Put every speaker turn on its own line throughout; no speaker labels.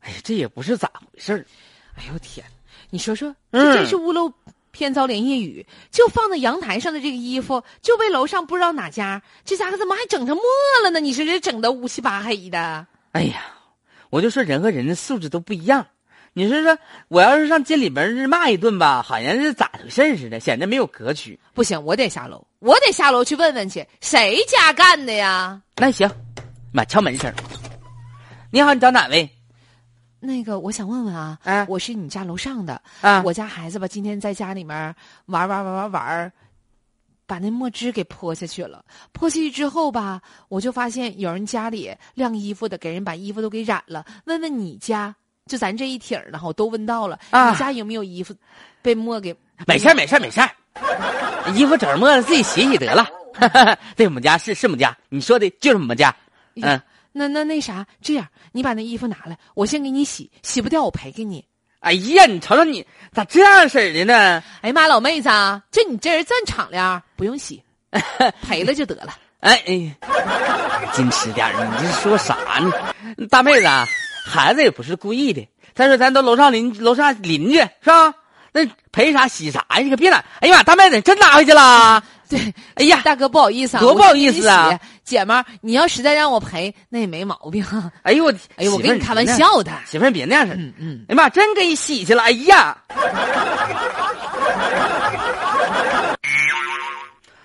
哎这也不是咋回事儿。
哎呦天，你说说，
嗯
这真是屋漏偏遭连夜雨。就放在阳台上的这个衣服，就被楼上不知道哪家这家伙怎么还整成沫了呢？你说这整的乌漆八黑的，
哎呀，我就说人和人的素质都不一样。你说说，我要是上街里边儿骂一顿吧，好像是咋回事儿似的，显得没有格局。
不行，我得下楼，我得下楼去问问去，谁家干的呀？
那行，妈敲门声。你好，你找哪位？
那个，我想问问啊，
啊
我是你家楼上的，
啊，
我家孩子吧，今天在家里面玩玩玩玩玩，把那墨汁给泼下去了。泼下去之后吧，我就发现有人家里晾衣服的，给人把衣服都给染了。问问你家，就咱这一挺儿呢，哈我都问到了，
啊
你家有没有衣服被墨给？
没事儿，没事儿，没事儿。衣服整没了，自己洗洗得了。 对，我们家是是我们家，你说的就是我们家。嗯，
哎那那那啥，这样你把那衣服拿来，我先给你洗，洗不掉我赔给你。
哎呀，你瞅瞅你咋这样式儿的呢？
哎呀妈，老妹子啊，这你这人真敞亮，不 用洗，赔了就得了。
哎哎，矜持点儿，你这说啥呢？大妹子啊，孩子也不是故意的。再说咱都楼上邻楼上邻居是吧？那赔啥洗啥呀？你可别拿！哎呀妈，大妹子你真拿回去了！
对，
哎呀，
大哥，不好意思啊，
多
我
不好
先
意
给你
思啊
洗！姐们儿，你要实在让我赔，那也没毛病。
哎呦我，
哎呦，我
媳妇儿
跟你开玩
别那样，啊
笑的。
媳妇儿别那样式儿。
嗯嗯，
哎呀妈，真给你洗去了！哎呀，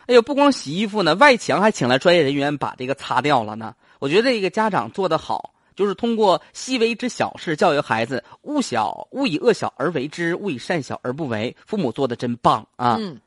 哎呦，不光洗衣服呢，外墙还请来专业人员把这个擦掉了呢。我觉得这个家长做得好，就是通过细微之小事教育孩子，勿小勿以恶小而为之，勿以善小而不为。父母做的真棒啊！
嗯，